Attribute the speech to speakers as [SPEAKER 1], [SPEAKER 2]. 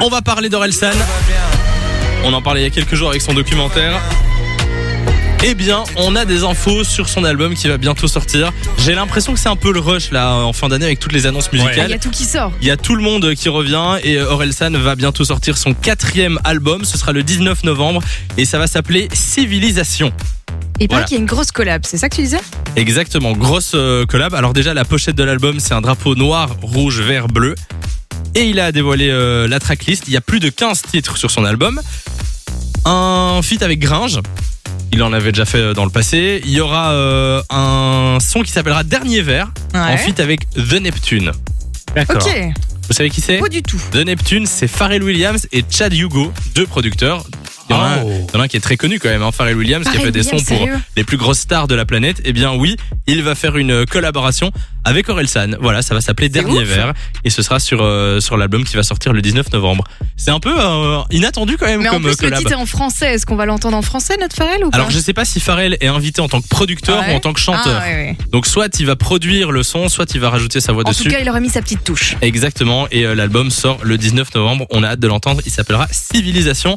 [SPEAKER 1] On va parler d'Orelsan. On en parlait il y a quelques jours avec son documentaire. Eh bien, on a des infos sur son album qui va bientôt sortir. J'ai l'impression que c'est un peu le rush là en fin d'année avec toutes les annonces
[SPEAKER 2] Il y
[SPEAKER 1] musicales.
[SPEAKER 2] a tout qui sort.
[SPEAKER 1] Il y a tout le monde qui revient et euh, Orelsan va bientôt sortir son quatrième album. Ce sera le 19 novembre et ça va s'appeler Civilisation.
[SPEAKER 2] Et pas
[SPEAKER 1] Voilà.
[SPEAKER 2] qu'il y a une grosse collab, c'est ça que tu disais
[SPEAKER 1] Exactement, grosse euh, collab. Alors déjà, la pochette de l'album, c'est un drapeau noir, rouge, vert, bleu. Et il a dévoilé euh, la tracklist. Il y a plus de 15 titres sur son album. Un feat avec Gringe. Il en avait déjà fait euh, dans le passé. Il y aura euh, un son qui s'appellera Dernier Verre. En feat avec The Neptune.
[SPEAKER 3] D'accord.
[SPEAKER 2] Ok,
[SPEAKER 1] Vous savez qui c'est
[SPEAKER 2] pas du tout.
[SPEAKER 1] The Neptune, c'est Pharrell Williams et Chad Hugo, deux producteurs. Il y en a, un-
[SPEAKER 3] Oh.
[SPEAKER 1] il y en a un qui est très connu quand même, hein, Pharrell Williams, qui a fait
[SPEAKER 2] Pareil,
[SPEAKER 1] des
[SPEAKER 2] William,
[SPEAKER 1] sons pour
[SPEAKER 2] sérieux.
[SPEAKER 1] les plus grosses stars de la planète, eh bien oui, il va faire une collaboration avec Orelsan. Voilà, ça va s'appeler Dernier
[SPEAKER 2] ouf.
[SPEAKER 1] Verre et ce sera sur, euh, sur l'album qui va sortir le 19 novembre. C'est un peu euh, inattendu quand même
[SPEAKER 2] Mais en
[SPEAKER 1] comme euh,
[SPEAKER 2] plus, le
[SPEAKER 1] collab.
[SPEAKER 2] titre est en français. Est-ce qu'on va l'entendre en français, notre Pharrell, ou pas
[SPEAKER 1] Alors je sais pas si Pharrell est invité en tant que producteur
[SPEAKER 2] Ah ouais
[SPEAKER 1] ou en tant que
[SPEAKER 2] Ah,
[SPEAKER 1] chanteur.
[SPEAKER 2] ouais, ouais.
[SPEAKER 1] Donc soit il va produire le son, soit il va rajouter sa voix
[SPEAKER 2] En
[SPEAKER 1] dessus.
[SPEAKER 2] tout cas, il aura mis sa petite touche.
[SPEAKER 1] Exactement, et euh, l'album sort le 19 novembre, on a hâte de l'entendre, il s'appellera Civilisation.